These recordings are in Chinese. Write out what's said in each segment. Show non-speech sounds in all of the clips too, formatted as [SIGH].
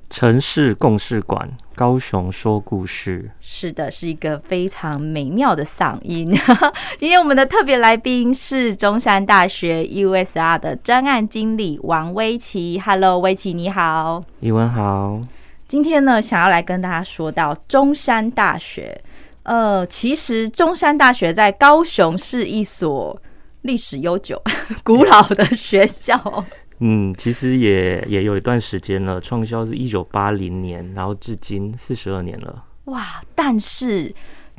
城市共事馆，高雄说故事。是的，是一个非常美妙的嗓音。 [LAUGHS] 今天我们的特别来宾是中山大学 USR 的专案经理王威奇。Hello，威奇你好。怡文好，今天呢，想要来跟大家说到中山大学。呃，其实中山大学在高雄是一所历史悠久、 [LAUGHS] 古老的学校。嗯，其实也也有一段时间了，创校是一九八零年，然后至今四十二年了。哇！但是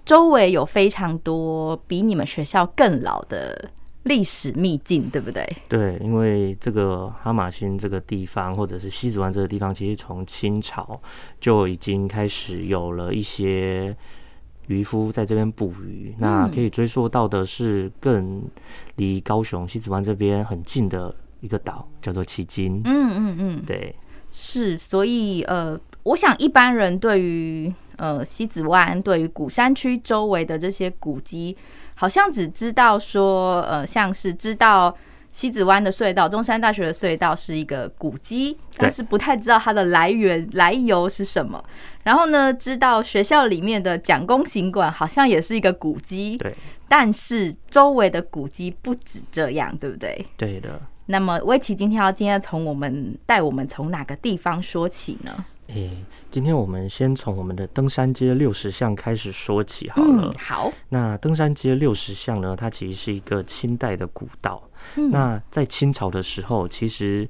周围有非常多比你们学校更老的历史秘境，对不对？对，因为这个哈马星这个地方，或者是西子湾这个地方，其实从清朝就已经开始有了一些渔夫在这边捕鱼。那可以追溯到的是更离高雄西子湾这边很近的一个岛，叫做旗津。嗯嗯嗯，对，是。所以呃，我想一般人对于呃西子湾、对于古山区周围的这些古迹，好像只知道说呃，像是知道。西子湾的隧道，中山大学的隧道是一个古迹，但是不太知道它的来源来由是什么。然后呢，知道学校里面的蒋公行馆好像也是一个古迹，对，但是周围的古迹不止这样，对不对？对的。那么威奇今天要今天从我们带我们从哪个地方说起呢？诶、嗯今天我们先从我们的登山街六十巷开始说起好了。嗯、好，那登山街六十巷呢，它其实是一个清代的古道。嗯那在清朝的时候，其实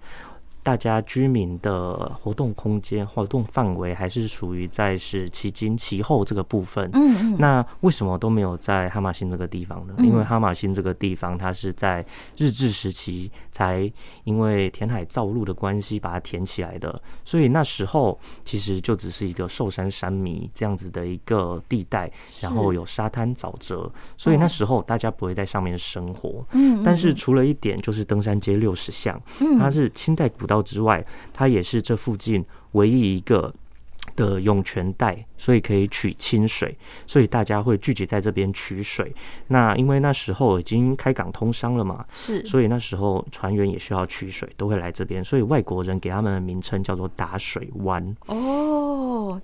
大家居民的活动空间、活动范围还是属于在是旗津、旗后这个部分。嗯嗯，那为什么都没有在哈马星这个地方呢？嗯因为哈马星这个地方，它是在日治时期才因为填海造陆的关系把它填起来的，所以那时候其实就只是一个寿山山迷这样子的一个地带，然后有沙滩沼泽，所以嗯那时候大家不会在上面生活。嗯，嗯但是除了一点，就是登山街六十巷，嗯它是清代古道之外，它也是这附近唯一一个的涌泉带，所以可以取清水，所以大家会聚集在这边取水。那因为那时候已经开港通商了嘛，是所以那时候船员也需要取水，都会来这边，所以外国人给他们的名称叫做打水湾。哦，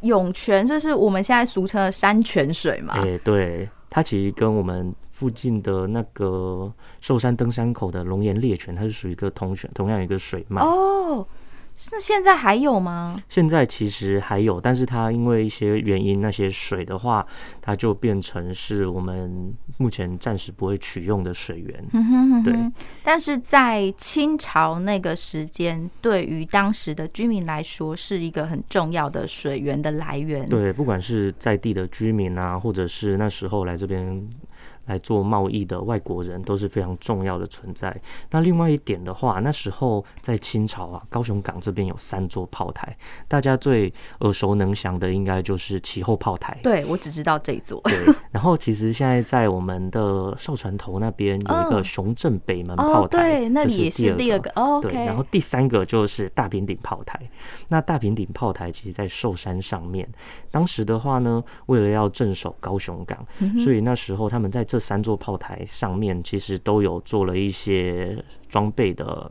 涌泉就是我们现在俗称的山泉水嘛。哎、对，它其实跟我们附近的那个寿山登山口的龙岩猎泉，它是属于一个同选同样一个水脉。哦，那现在还有吗？现在其实还有，但是它因为一些原因，那些水的话，它就变成是我们目前暂时不会取用的水源。嗯哼哼哼对。但是在清朝那个时间，对于当时的居民来说，是一个很重要的水源的来源。，对，不管是在地的居民啊，或者是那时候来这边来做贸易的外国人，都是非常重要的存在。那另外一点的话，那时候在清朝啊，高雄港这边有三座炮台，大家最耳熟能详的应该就是旗后炮台。对我只知道这一座。对， [LAUGHS] 然后其实现在在我们的哨船头那边有一嗯个雄镇北门哦炮，台，对，那这里也是第二个。。哦对，然后，OK，第三个就是大平顶炮台。那大平顶炮台其实在寿山嗯上面。当时的话呢，为了要镇守高雄港，所以那时候他们在这三座炮台上面其实都有做了一些装备的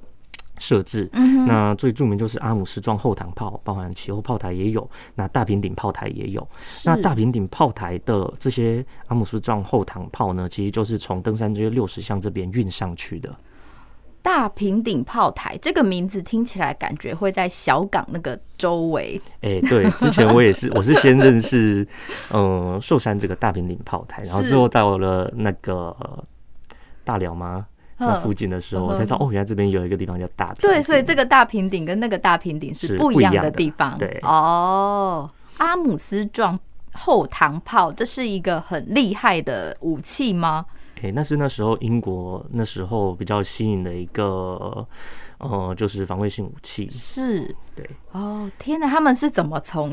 设置。嗯哼，那最著名就是阿姆斯壮后膛炮，包含其后炮台也有，那大平顶炮台也有。那是大平顶炮台的这些阿姆斯壮后膛炮呢，其实就是从登山街六十巷这边运上去的。大平顶炮台这个名字听起来感觉会在小港那个周围，哎、对，之前我 [LAUGHS] 也是，我是先认识，呃，寿山这个大平顶炮台，然后是之后到了那个呃大寮吗？那附近的时候，我才知道哦，原来这边有一个地方叫大平顶。嗯对，所以这个大平顶跟那个大平顶是是不一不一样样的的地方。对哦，阿姆斯壮后膛炮，这是一个很厉害的武器吗？哎、那是那时候英国那时候比较新颖的一个，呃，就是防卫性武器。是。对哦，天哪，他们是怎么从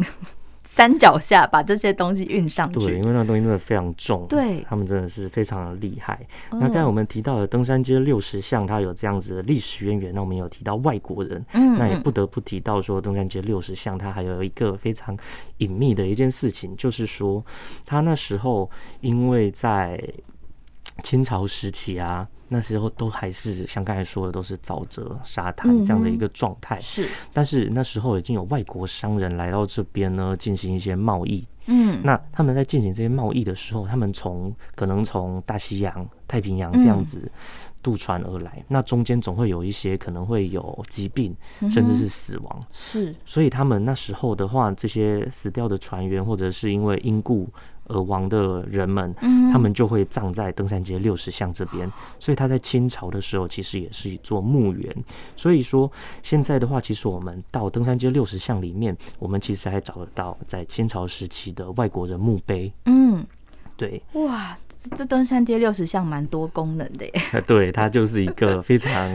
山脚下把这些东西运上对，去因？为那东西真的非常重，对他们真的是非常的厉害。嗯那刚才我们提到的登山街六十巷，它有这样子的历史渊源。那我们有提到外国人，嗯那也嗯不得不提到说，登山街六十巷它还有一个非常隐秘的一件事情，就是说，它那时候因为在清朝时期啊，那时候都还是像刚才说的，都是沼泽、沙嗯滩这样的哼一个状态。是，但是那时候已经有外国商人来到这边呢，进行一些贸易。嗯，那他们在进行这些贸易的时候，他们从可能从大西洋、太平洋这样子渡船而来，那中间总会有一些可能会有疾病，甚至是死亡。是所以他们那时候的话，这些死掉的船员或者是因为因故而亡的人们，嗯他们就会葬在登山街六十巷这边。所以他在清朝的时候，其实也是一座墓园。所以说现在的话，其实我们到登山街六十巷里面，我们其实还找得到在清朝时期的外国人墓碑。嗯，对，哇，这这登山街六十项蛮多功能的耶。对，它就是一个非常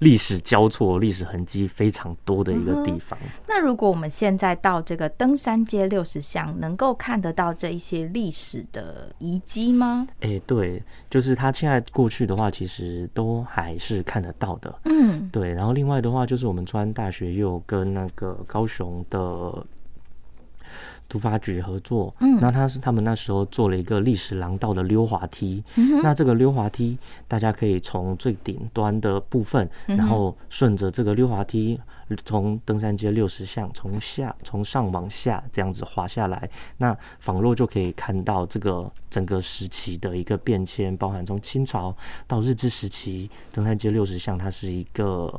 历史交错、历史痕迹非常多的一个地方。那如果我们现在到这个登山街六十巷，能够看得到这一些历史的遗迹吗？哎、对，就是他现在过去的话，其实都还是看得到的。嗯，对，然后另外的话，就是我们中安大学也有跟那个高雄的突发局合作，嗯那他是他们那时候做了一个历史廊道的溜滑梯，嗯哼那这个溜滑梯大家可以从最顶端的部分，嗯哼然后顺着这个溜滑梯。从登山街六十巷从下从上往下这样子滑下来，那仿若就可以看到这个整个时期的一个变迁，包含从清朝到日治时期，登山街六十巷它是一个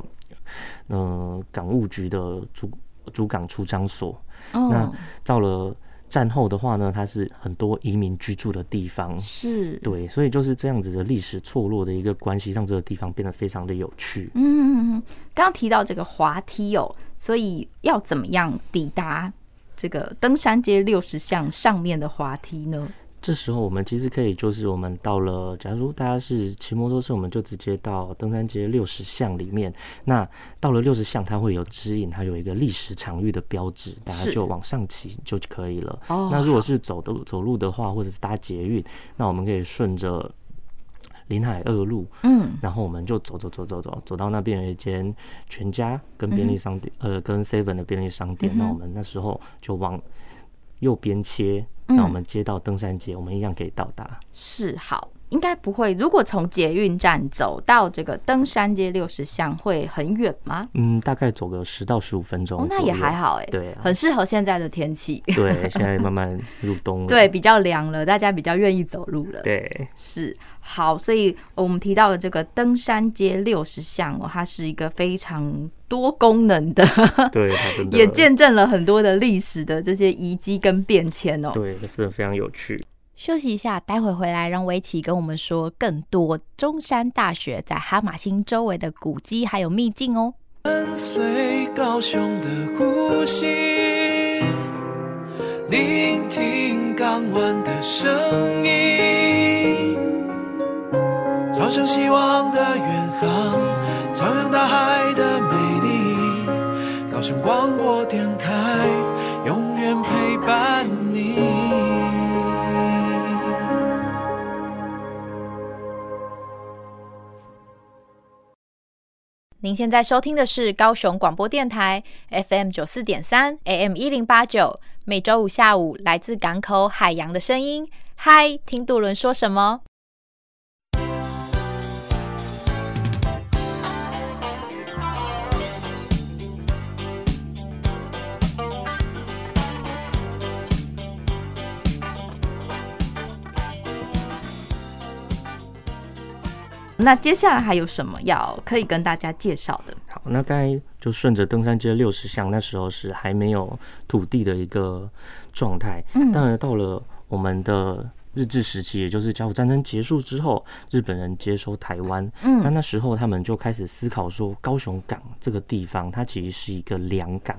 嗯、呃港务局的主主港出张所。那哦，到了战后的话呢，它是很多移民居住的地方。是，对，所以就是这样子的历史错落的一个关系，让这个地方变得非常的有趣。嗯，刚刚提到这个滑梯哦，所以要怎么样抵达这个登山街六十巷上面的滑梯呢？这时候我们其实可以，就是我们到了，假如大家是骑摩托车，我们就直接到登山街六十巷里面。那到了六十巷，它会有指引，它有一个历史场域的标志，大是家就往上骑就可以了。哦那如果是走的走路的话，或者是搭捷运，那我们可以顺着临海二路，嗯，然后我们就走走走走走，走到那边有一间全家跟嗯便利商店，呃，跟 Seven 的便利商店。那我们那时候就往右边切，那嗯我们接到登山街，我们一样可以到达。是好。应该不会。如果从捷运站走到这个登山街六十巷，会很远吗？嗯，大概走个十到十五分钟哦，那左也右还。好哎、对啊很适合现在的天气。对，现在慢慢入冬了。对，比较凉了，大家比较愿意走路了。，对，是好，所以呃我们提到的这个登山街六十巷哦，它是一个非常多功能的，对，它真的也见证了很多的历史的这些遗迹跟变迁哦。对，真的非常有趣。休息一下，待会回来让维奇跟我们说更多中山大学在哈马星周围的古迹还有秘境哦。跟随高雄的呼吸，聆听港湾的声音，朝向希望的远航，徜徉大海的美丽。高雄广播电台，永远陪伴你。您现在收听的是高雄广播电台 FM 九四点三 AM 一零八九，每周五下午来自港口海洋的声音。嗨，听杜伦说什么？那接下来还有什么要可以跟大家介绍的？好，那刚才就顺着登山街六十巷，那时候是还没有土地的一个状态。嗯当然到了我们的日治时期，也就是甲午战争结束之后，日本人接收台湾，那嗯那时候他们就开始思考说，高雄港这个地方它其实是一个良港，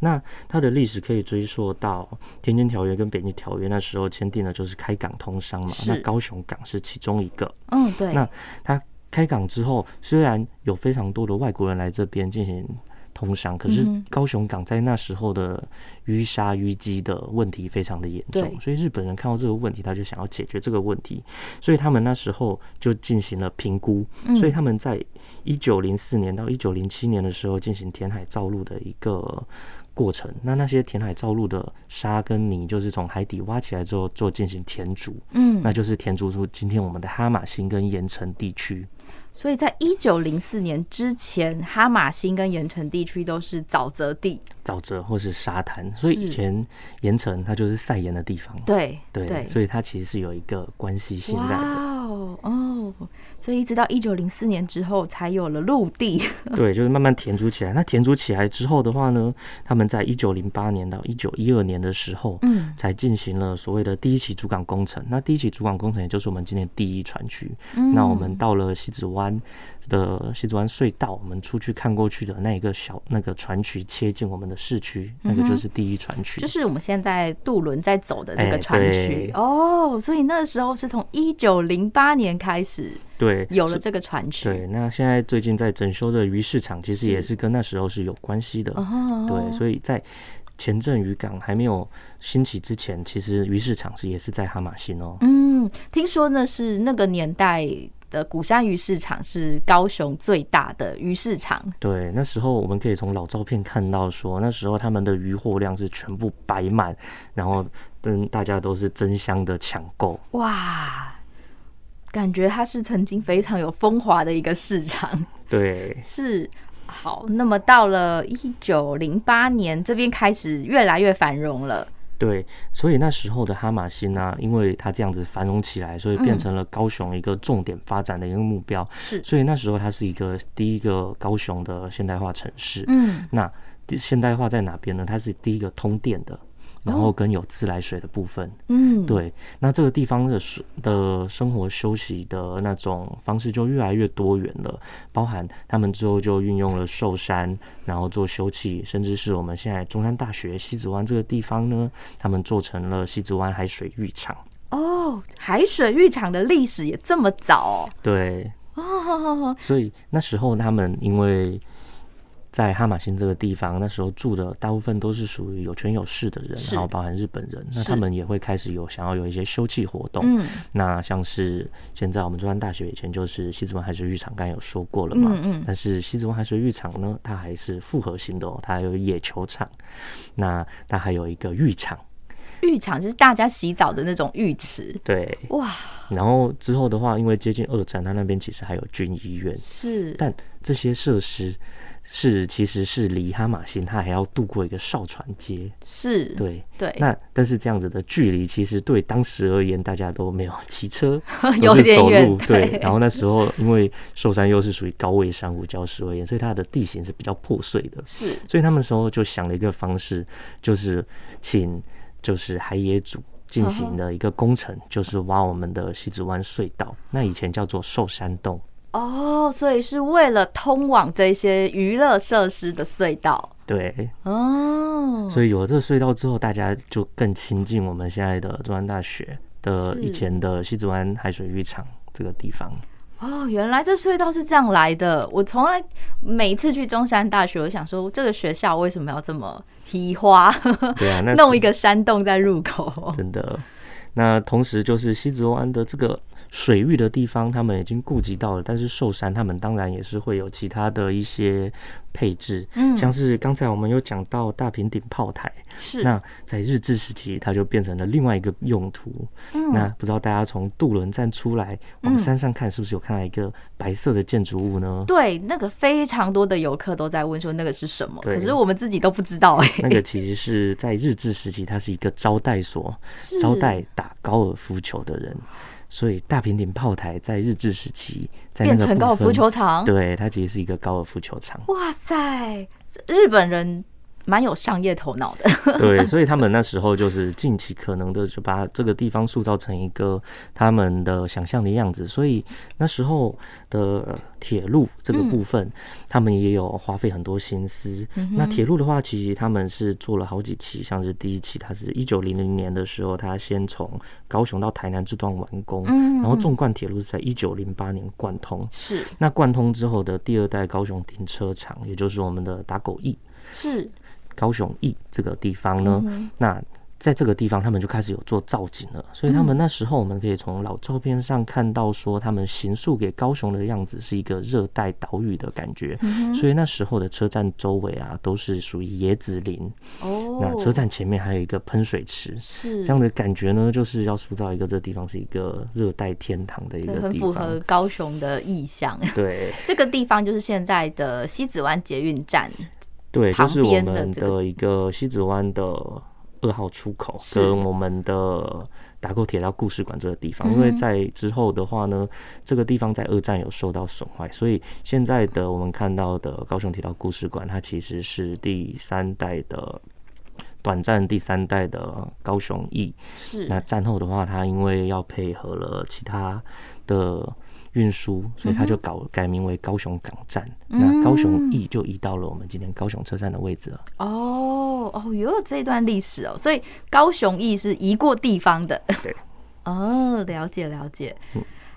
那它的历史可以追溯到《天津条约》跟《北京条约》，那时候签订的就是开港通商嘛，是那高雄港是其中一个。嗯，对，那开港之后，虽然有非常多的外国人来这边进行通商，可是嗯哼高雄港在那时候的淤沙淤积的问题非常的严重对，所以日本人看到这个问题，他就想要解决这个问题，所以他们那时候就进行了评估，嗯所以他们在一九零四年到一九零七年的时候进行填海造陆的一个。过程，那那些填海造陆的沙跟泥，就是从海底挖起来之后做进行填筑，那嗯，就是填筑出今天我们的哈马星跟盐城地区。所以在一九零四年之前，哈马星跟盐城地区都是沼泽地，沼泽或是沙滩，所以以是前盐城它就是晒盐的地方，对对，所以它其实是有一个关系性在的，哇哦哦，所以一直到一九零四年之后才有了陆地， [LAUGHS] 对，就是慢慢填筑起来。那填筑起来之后的话呢，他们在一九零八年到一九一二年的时候，嗯才进行了所谓的第一期主港工程。那第一期主港工程，也就是我们今天第一船区。嗯那我们到了西子湾的西子湾隧道，我们出去看过去的那一个小那个船区切进我们的市区，那个嗯就哼是第一船区。就是我们现在渡轮在走的这个哎船区对哦所以那时候是从一九零八年开始对，有了这个船区，对，那现在最近在整修的鱼市场，其实是也是跟那时候是有关系的。哦，对，所以在前镇渔港还没有兴起之前，其实鱼市场是也是在哈马星哦。嗯，听说那是那个年代的鼓山鱼市场是高雄最大的鱼市场，对，那时候我们可以从老照片看到说，那时候他们的鱼货量是全部摆满，然后跟大家都是争相的抢购。哇，感觉它是曾经非常有风华的一个市场， [LAUGHS] 对，是。好，那么到了一九零八年，这边开始越来越繁荣了。对，所以那时候的哈马星呢、因为它这样子繁荣起来，所以变嗯成了高雄一个重点发展的一个目标。是，所以那时候它是一个第一个高雄的现代化城市。嗯，那第现代化在哪边呢？它是第一个通电的，然后跟有自来水的部分。嗯，，对，那这个地方的生的生活休息的那种方式就越来越多元了，包含他们之后就运用了寿山，然后做休憩，甚至是我们现在中山大学西子湾这个地方呢，他们做成了西子湾海水浴场。哦，海水浴场的历史也这么早对，哦，哦，所以那时候他们因为在哈马星这个地方，那时候住的大部分都是属于有权有势的人，是然后包含日本人，那是他们也会开始有想要有一些休憩活动。嗯那像是现在我们中山大学以前就是西子湾海水浴场，刚才有说过了嘛。嗯嗯，但是西子湾海水浴场呢，它还是复合型的哦，它还有野球场，那它还有一个浴场，浴场就是大家洗澡的那种浴池，对。哇，然后之后的话，因为接近二战，它那边其实还有军医院，是，但这些设施是其实是离哈马星，它还要渡过一个哨船街。是，对，对，，那但是这样子的距离，其实对当时而言，大家都没有骑车 [LAUGHS] 有都是点走远路。对对，然后那时候因为寿山又是属于高位珊瑚礁石而言，所以它的地形是比较破碎的。是，所以他们那时候就想了一个方式，就是请就是海野组进行了一个工程，就是挖我们的西子湾隧道，那以前叫做寿山洞。哦，所以是为了通往这些娱乐设施的隧道，对，哦，所以有了这个隧道之后，大家就更亲近我们现在的中山大学的是以前的西子湾海水浴场这个地 [LAUGHS] 方。哦，原来这隧道是这样来的。我从来每一次去中山大学，我想说这个学校为什么要这么皮花，对啊，那 [LAUGHS] 弄一个山洞在入口？真的。那同时就是西子湾的这个水域的地方，他们已经顾及到了，但是寿山他们当然也是会有其他的一些配置，嗯像是刚才我们有讲到大平顶炮台，是，那在日治时期它就变成了另外一个用途。嗯那不知道大家从渡轮站出来往山上看，是不是有看到一个白色的建筑物呢？对，那个非常多的游客都在问说那个是什么，对可是我们自己都不 [LAUGHS] 知道哎、那个其实是在日治时期，它是一个招待所，是招待打高尔夫球的人。所以大平顶炮台在日治时期在那变个成部高尔夫分球场。。对，它其实是一个高尔夫球场哇塞，这日本人蛮有商业头脑的。 [LAUGHS] 对，所以他们那时候就是尽其可能的，就把这个地方塑造成一个他们的想象的样子。所以那时候的呃铁路这个部分，他们也有花费很多心思。那铁路的话，其实他们是做了好几期，像是第一期，它是一九零零年的时候，它先从高雄到台南这段完工，嗯然后纵贯铁路是在一九零八年贯通。是那贯通之后的第二代高雄停车场，也就是我们的打狗驿、是，高雄驿这个地方呢，嗯那在这个地方他们就开始有做造景了，所以他们那时候我们可以从老照片上看到，说他们行塑给高雄的样子是一个热带岛屿的感觉，嗯所以那时候的车站周围啊都是属于椰子林，哦，那车站前面还有一个喷水池。是这样的感觉呢，就是要塑造一个这地方是一个热带天堂的一对个很地符合方。高雄的意象。 [LAUGHS] 对，这个地方就是现在的西子湾捷运站，对，就旁是我边的们这个的一个西子湾的二号出口，是跟我们的打狗铁道故事馆这个地方。因为嗯哼在之后的话呢，这个地方在二战有受到损坏，所以现在的我们看到的高雄铁道故事馆，它其实是第三代的。短暂第三代的高雄驿，是那战后的话，它因为要配合了其他的运输，所以它就搞、改名为高雄港站。那高雄驿就移到了我们今天高雄车站的位置了。哦哦，也有这段历史哦，所以高雄驿是移过地方的。对， [LAUGHS] 嗯哦，了解了解。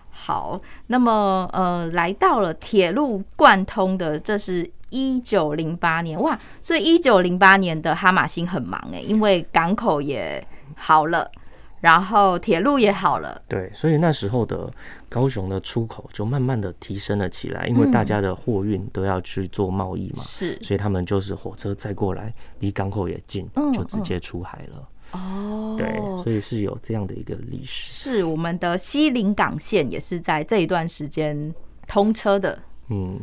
好，那么呃，来到了铁路贯通的，这是一九零八年哇，所以一九零八年的哈马星很忙哎、因为港口也好了，然后铁路也好了，对，所以那时候的高雄的出口就慢慢的提升了起来，因为大家的货运都要去做贸易嘛，是所以他们就是火车载过来，离港口也近嗯，就直接出海了。哦，对，所以是有这样的一个历史。是我们的西陵港线也是在这一段时间通车的。嗯，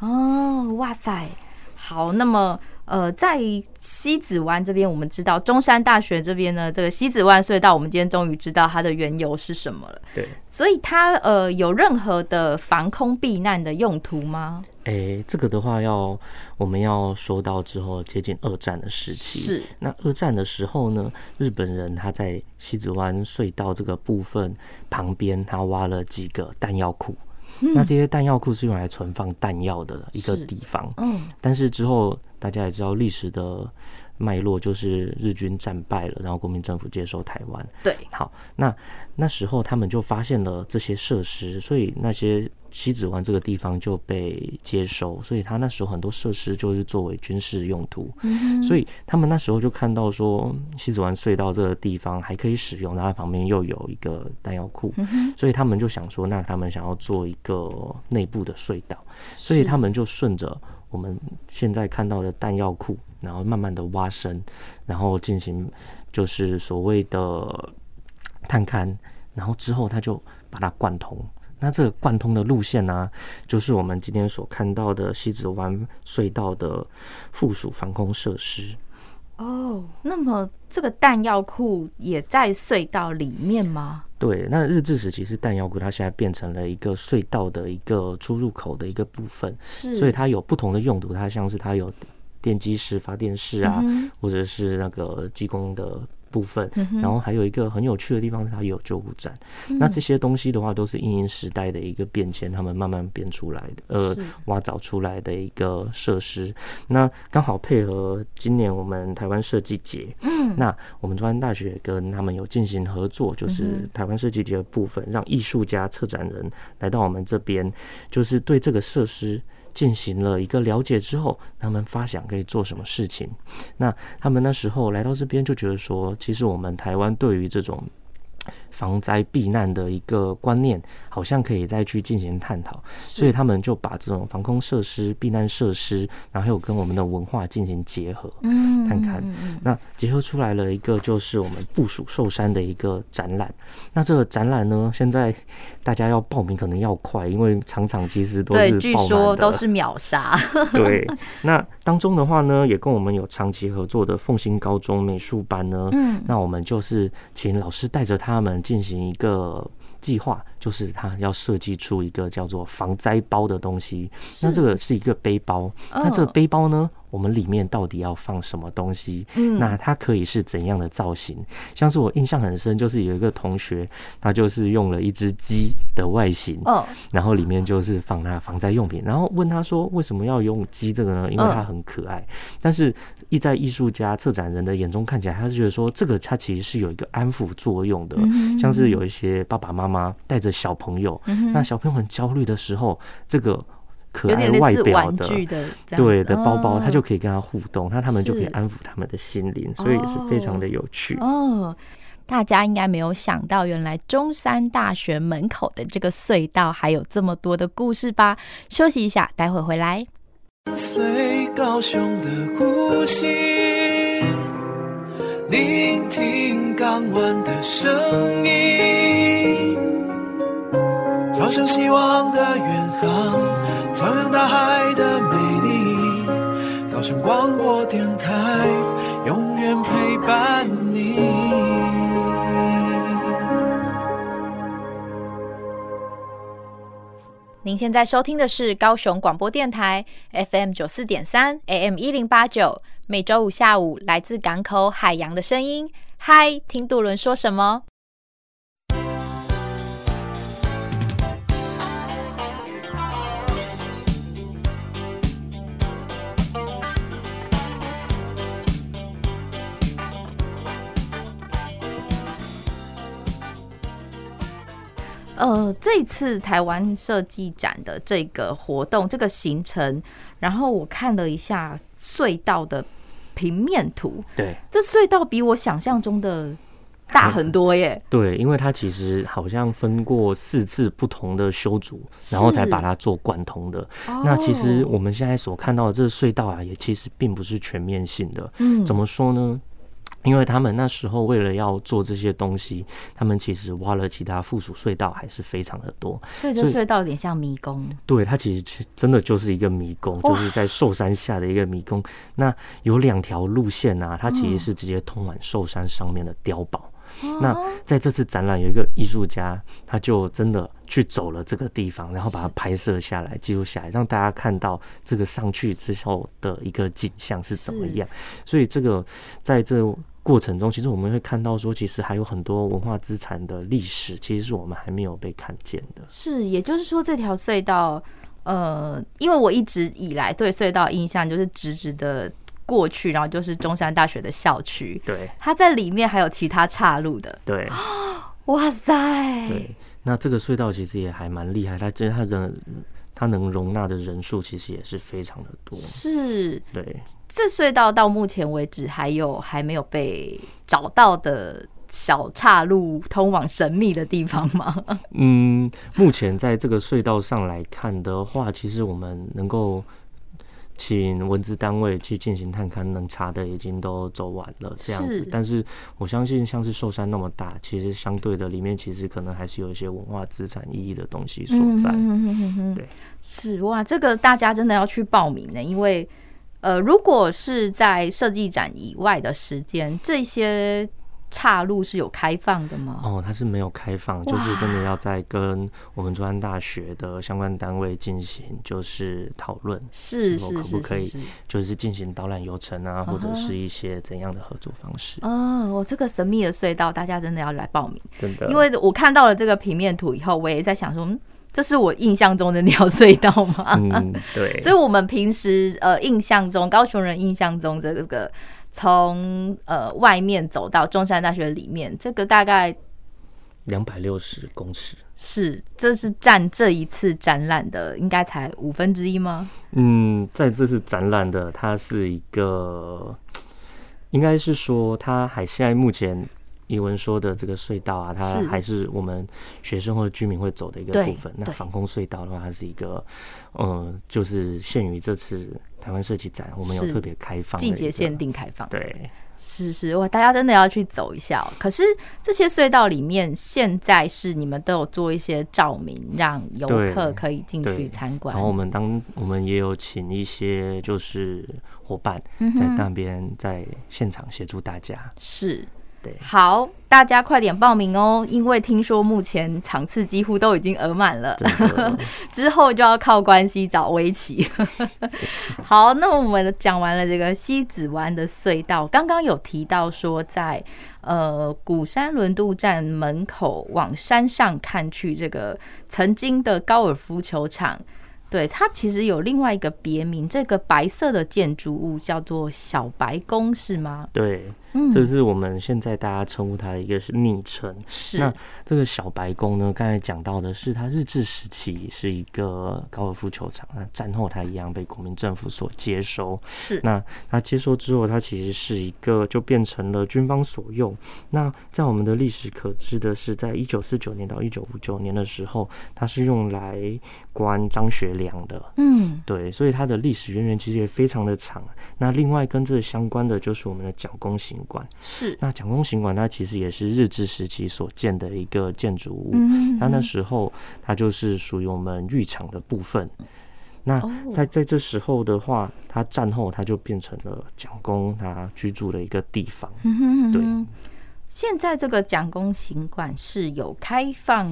哦，哇塞，好，那么。呃，在西子湾这边，我们知道中山大学这边呢，这个西子湾隧道，我们今天终于知道它的缘由是什么了。对。所以它呃有任何的防空避难的用途吗？诶、这个的话要我们要说到之后接近二战的时期。是。那二战的时候呢，日本人他在西子湾隧道这个部分旁边，他挖了几个弹药库。那这些弹药库是用来存放弹药的一个嗯是地方。嗯，但是之后大家也知道历史的脉络，就是日军战败了，然后国民政府接收台湾。对，好，那那时候他们就发现了这些设施，所以那些西子湾这个地方就被接收，所以他那时候很多设施就是作为军事用途，嗯所以他们那时候就看到说西子湾隧道这个地方还可以使用，然后它旁边又有一个弹药库，嗯所以他们就想说，那他们想要做一个内部的隧道，所以他们就顺着我们现在看到的弹药库，然后慢慢的挖深，然后进行就是所谓的探勘，然后之后他就把它贯通。那这个贯通的路线呢、就是我们今天所看到的西子湾隧道的附属防空设施。哦，那么这个弹药库也在隧道里面吗？对，那日治时期是弹药库，它现在变成了一个隧道的一个出入口的一个部分。是，所以它有不同的用途，它像是它有电机室、发电室啊，或者是那个技工的部分，然后还有一个很有趣的地方是它有救护站。那这些东西的话，都是因应时代的一个变迁，他们慢慢变出来的，呃，挖凿出来的一个设施。那刚好配合今年我们台湾设计节，嗯，那我们中山大学跟他们有进行合作，就是台湾设计节的部分，让艺术家、策展人来到我们这边，就是对这个设施进行了一个了解之后，他们发想可以做什么事情。那他们那时候来到这边就觉得说，其实我们台湾对于这种防灾避难的一个观念，好像可以再去进行探讨，嗯所以他们就把这种防空设施、避难设施，然后还有跟我们的文化进行结合。嗯看看那结合出来了一个就是我们部署寿山的一个展览。那这个展览呢，现在大家要报名可能要快，因为场场其实都是对，据爆满说的都 [LAUGHS] 是秒杀。对，那当中的话呢，也跟我们有长期合作的凤新高中美术班呢，嗯那我们就是请老师带着他们进行一个计划，就是它要设计出一个叫做防灾包的东西。那这个是一个背包，那这哦个背包呢，我们里面到底要放什么东西？嗯那它可以是怎样的造型？像是我印象很深，就是有一个同学，他就是用了一只鸡的外形，哦，然后里面就是放他防灾用品，然后问他说为什么要用鸡这个呢？因为它嗯很可爱，但是一在艺术家、策展人的眼中看起来，他是觉得说这个它其实是有一个安抚作用的，嗯像是有一些爸爸妈妈带着小朋友，嗯那哼小朋友很焦虑的时候，这个可有爱点类外似表玩的。具的这样子对的包包，他就哦可以跟他互动，那他们就可以是安抚他们的心灵，所以也是非常的有趣。哦，大家应该没有想到，原来中山大学门口的这个隧道还有这么多的故事吧？休息一下，待会回来。随高雄的呼吸，聆听港湾的声音，朝向希望的远航，徜徉大海的美丽。高雄广播电台，永远陪伴你。您现在收听的是高雄广播电台 FM 九四点三 AM 一零八九，每周五下午来自港口海洋的声音。嗨，听杜伦说什么？呃，这次台湾设计展的这个活动，这个行程，然后我看了一下隧道的平面图，对这隧道比我想象中的大很多耶。对，因为它其实好像分过四次不同的修筑，然后才是哦把它做贯通的。那其实我们现在所看到的这个隧道啊，也其实并不是全面性的。嗯怎么说呢？因为他们那时候为了要做这些东西，他们其实挖了其他附属隧道还是非常的多。嗯所以这所以隧道有点像迷宫，对，它其实真的就是一个迷宫，哇就是在寿山下的一个迷宫。那有两条路线啊，它嗯其实是直接通往寿山上面的碉堡。哦那在这次展览，有一个艺术家，他就真的去走了这个地方，然后把它拍摄下来、记录下来，让大家看到这个上去之后的一个景象是怎么是样。所以这个在这过程中，其实我们会看到说，其实还有很多文化资产的历史，其实是我们还没有被看见的。是，也就是说这条隧道，呃，因为我一直以来对隧道印象就是直直的过去，然后就是中山大学的校区，对它在里面还有其他岔路的，对。哇塞，对，那这个隧道其实也还蛮厉害，它真它的它能容纳的人数其实也是非常的多。是对，这隧道到目前为止还有还没有被找到的小岔路通往神秘的地方 [LAUGHS] 吗？嗯，目前在这个隧道上来看的话，其实我们能够请文字单位去进行探勘，能查的已经都走完了这样子是。但是我相信，像是寿山那么大，其实相对的里面其实可能还是有一些文化资产意义的东西所在。嗯对，是哇，这个大家真的要去报名呢，因为呃，如果是在设计展以外的时间，这些岔路是有开放的吗？哦，它是没有开放，就是真的要在跟我们中山大学的相关单位进行就是讨论，是否是可是不可是以是。就是进行导览游程啊，或者啊哈是一些怎样的合作方式？哦，我这个神秘的隧道，大家真的要来报名，真的，因为我看到了这个平面图以后，我也在想说，嗯，这是我印象中的鸟隧道吗？嗯，[LAUGHS] 对，所以我们平时呃印象中，高雄人印象中这个从呃外面走到中山大学里面，这个大概两百六十公尺，是这是占这一次展览的应该才五分之一吗？嗯，在这次展览的，它是一个，应该是说，它还现在目前译文说的这个隧道啊，它是还是我们学生或者居民会走的一个对部分。那对防空隧道的话，它是一个，嗯，就是限于这次台湾设计展，我们有是特别开放的季节一个限。定开放，，对，是是哇，大家真的要去走一下、哦。可是这些隧道里面，现在是你们都有做一些照明，让游对客可以进去对参观然。后我们当我们也有请一些嗯就是伙伴在那边在现场协助大家。是，对，好，大家快点报名哦，因为听说目前场次几乎都已经额满了，真的之后就要靠关系找围棋。 [LAUGHS] 好，那我们讲完了这个西子湾的隧道，刚刚有提到说在呃鼓山轮渡站门口往山上看去，这个曾经的高尔夫球场。对，它其实有另外一个别名，这个白色的建筑物叫做小白宫，是吗？对，嗯，这是我们现在大家称呼它的一个是昵称。是那这个小白宫呢，刚才讲到的是它日治时期是一个高尔夫球场，那战后它一样被国民政府所接收。是那它接收之后，它其实是一个就变成了军方所用。那在我们的历史可知的是，在一九四九年到一九五九年的时候，它是用来关张学良的。嗯，对，所以它的历史渊源其实也非常的长。那另外跟这相关的就是我们的蒋公行馆。是，那蒋公行馆它其实也是日治时期所建的一个建筑物，嗯它那时候它就是属于我们浴场的部分。那哦它在这时候的话，它战后它就变成了蒋公他居住的一个地方。嗯哼对，嗯哼现在这个蒋公行馆是有开放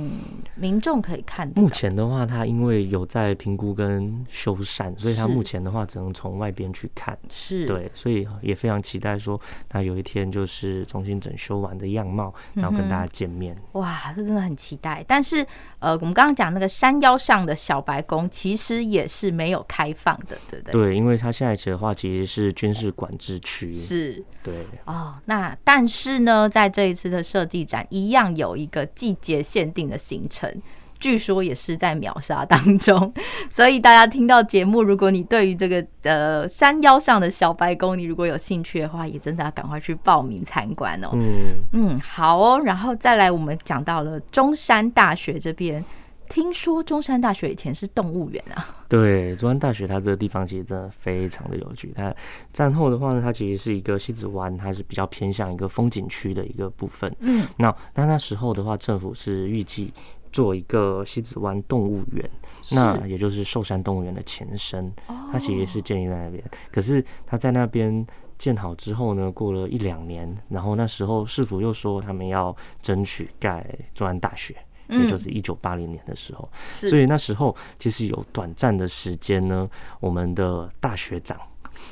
民众可以看的，目前的话，它因为有在评估跟修缮，所以它是目前的话只能从外边去看。是，对，所以也非常期待说，它有一天就是重新整修完的样貌，嗯然后跟大家见面。哇，这真的很期待。但是呃，我们刚刚讲那个山腰上的小白宫，其实也是没有开放的，对不对？对，因为它现在的话其实是军事管制区，是对，哦，那但是呢，在这一次的设计展，一样有一个季节限定的行程，据说也是在秒杀当中。所以大家听到节目，如果你对于这个呃山腰上的小白宫，你如果有兴趣的话，也真的要赶快去报名参观哦。嗯，嗯，好哦，然后再来，我们讲到了中山大学这边。听说中山大学以前是动物园啊，对，竹湾大学它这个地方其实真的非常的有趣。它战后的话呢，它其实是一个西子湾，它是比较偏向一个风景区的一个部分。嗯，那那那时候的话，政府是预计做一个西子湾动物园，那也就是寿山动物园的前身。哦它其实是建立在那边，可是它在那边建好之后呢，过了一两年，然后那时候市府又说他们要争取盖中山大学，也就是一九八零年的时候，所嗯是以那时候其实有短暂的时间呢，我们的大学长。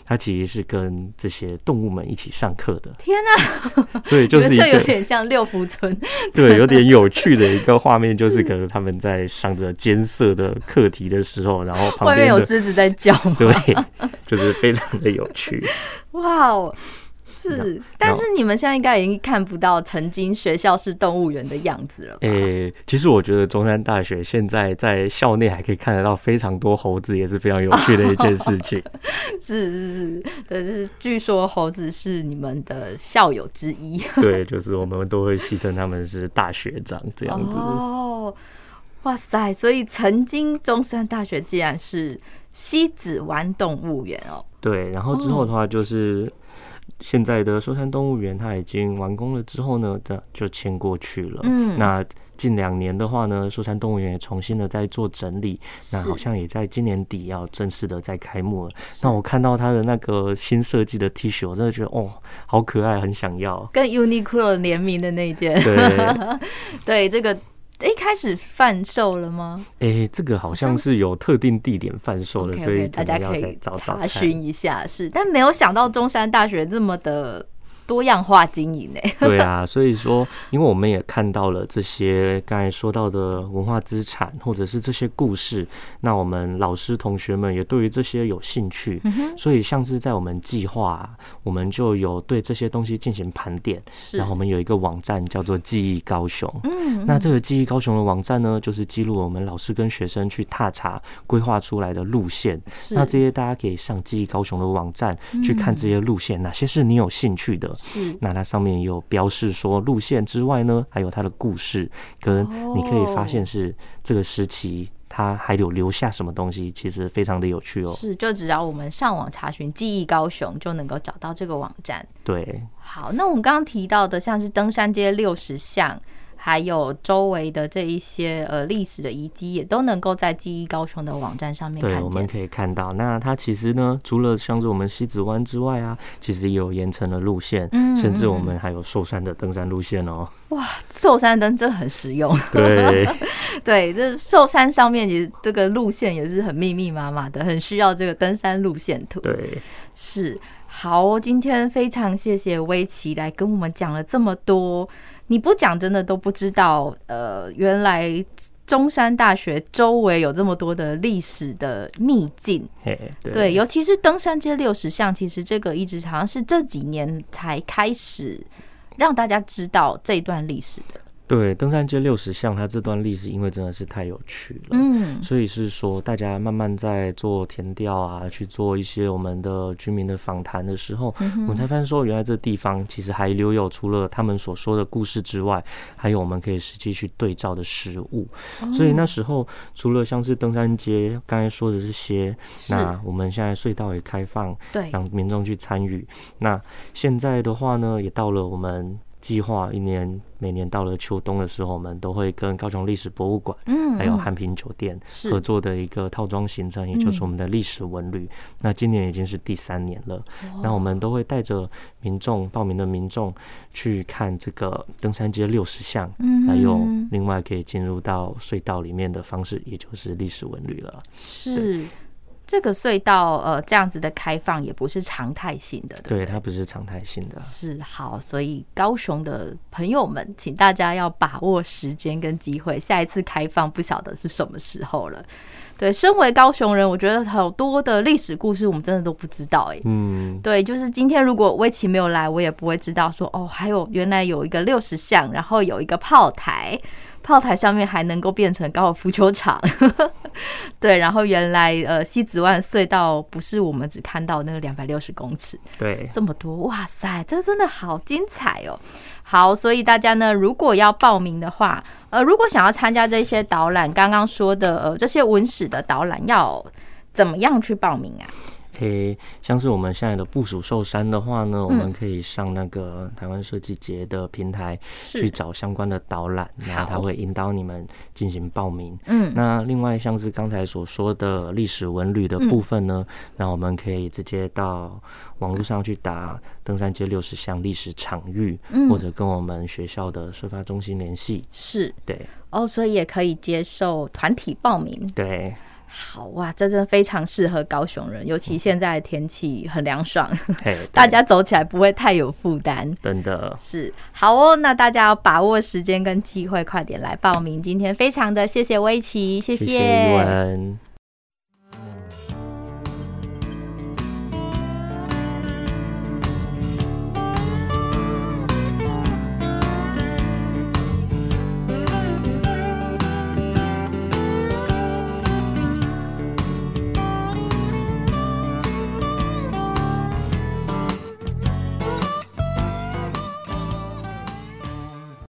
他其实是跟这些动物们一起上课的，天哪、所以我就觉是得一这有个点像六福村， [LAUGHS] 对有点有趣的一个画面，就是可能他们在上着艰涩的课题的时候，然后旁外面边有的狮子在叫吗？ [LAUGHS] 对， [LAUGHS] 就是非常的有趣。 [LAUGHS] 哇哦，然是后，但是你们现在应该已经看不到曾经学校是动物园的样子了吧。诶、其实我觉得中山大学现在在校内还可以看得到非常多猴子，也是非常有趣的一件事 [LAUGHS] 情。 [LAUGHS] 是是是，对，就是据说猴子是你们的校友之一。对，就是我们都会戏称他们是大学长这样子。哦，哇塞！所以曾经中山大学竟然是西子湾动物园哦。对，然后之后的话就是。现在的寿山动物园它已经完工了之后呢，这就迁过去了。嗯。那近两年的话呢，寿山动物园也重新的在做整理，那好像也在今年底要正式的再开幕了。那我看到它的那个新设计的 T 恤，我真的觉得哦，好可爱，很想要跟 Uniqlo 联名的那一件， [LAUGHS] 对，对，这个一开始贩售了吗？诶，这个好像是有特定地点贩售的， OK，所以 OK，大可家能要可再以找找查看。询一下，是，但没有想到中山大学这么的多样化经营 [LAUGHS] 诶、对啊，所以说，因为我们也看到了这些刚才说到的文化资产，或者是这些故事，那我们老师同学们也对于这些有兴趣，嗯所以像是在我们计划啊、我们就有对这些东西进行盘点，是然后我们有一个网站叫做记忆高雄，嗯，那这个记忆高雄的网站呢，就是记录我们老师跟学生去踏查规划出来的路线，是嗯那这些大家可以上记忆高雄的网站去看这些路线，哪些是你有兴趣的，是那它上面也有标示说路线之外呢，还有它的故事，可能你可以发哦现是这个时期它还有留下什么东西，其实非常的有趣哦。是，就只要我们上网查询“记忆高雄”，就能够找到这个网站。对，好，那我们刚刚提到的，像是登山街六十巷，还有周围的这一些呃历史的遗迹，也都能够在记忆高雄的网站上面对，我看们见。可以看到，那它其实呢，除了像是我们西子湾之外啊，其实也有盐城的路线，嗯甚至嗯我们还有寿山的登山路 [LAUGHS] 线哦。寿山灯真的很实用，对，对，这寿山上面其实这个路线也是很密密麻麻的，很需要这个登山路线图。对，是，好哦，今天非常谢谢威奇来跟我们讲了这么多，你不讲真的都不知道，呃，原来中山大学周围有这么多的历史的秘境，嘿，对，对，尤其是登山街六十巷，其实这个一直好像是这几年才开始让大家知道这段历史的，对登山街六十巷，它这段历史因为真的是太有趣了，嗯所以是说，大家慢慢在做填调啊，去做一些我们的居民的访谈的时候，嗯我们才发现说，原来这地方其实还留有除了他们所说的故事之外，还有我们可以实际去对照的食物。哦所以那时候，除了像是登山街，刚才说的这些，是那我们现在隧道也开放，对，让民众去参与。那现在的话呢，也到了我们。计划一年，每年到了秋冬的时候，我们都会跟高雄历史博物馆嗯，还有嗯汉平酒店是嗯合作的一个套装行程，也就是我们的历史文旅。那今年已经是第三年了，那我们都会带着民众报名的民众去看这个登山街六十项，还有嗯另外可以进入到隧道里面的方式，也就是历史文旅了。是。这个隧道，呃，这样子的开放也不是常态性的，对不对，它不是常态性的。是好，所以高雄的朋友们，请大家要把握时间跟机会，下一次开放不晓得是什么时候了。对，身为高雄人，我觉得好多的历史故事我们真的都不知道哎、嗯，对，就是今天如果威奇没有来，我也不会知道说哦，还有原来有一个六十项，然后有一个炮台，炮台上面还能够变成高尔夫球场。 [LAUGHS] 对，然后原来呃西子湾隧道不是我们只看到那个两百六十公尺，对，这么多，哇塞，这真的好精彩哦！好，所以大家呢，如果要报名的话，呃，如果想要参加这些导览，刚刚说的呃这些文史的导览，要怎么样去报名啊？诶、像是我们现在的部署寿山的话呢，我嗯们可以上那个台湾设计节的平台去找相关的导览，然后他好会引导你们进行报名。嗯，那另外像是刚才所说的历史文嗯旅的部分呢，那我们可以直接到网络上去打登山街六十项历史场域，嗯或者跟我们学校的社发中心联系。是对哦，所以也可以接受团体报名。 [LAUGHS] 对，好哇，这真的非常适合高雄人，尤其现在天气很凉 [LAUGHS] 爽，嘿，对大家走起来不会太有负担。真的是好哦，那大家要把握时间跟机会，快点来报名。今天非常的谢谢威奇，谢谢谢一文。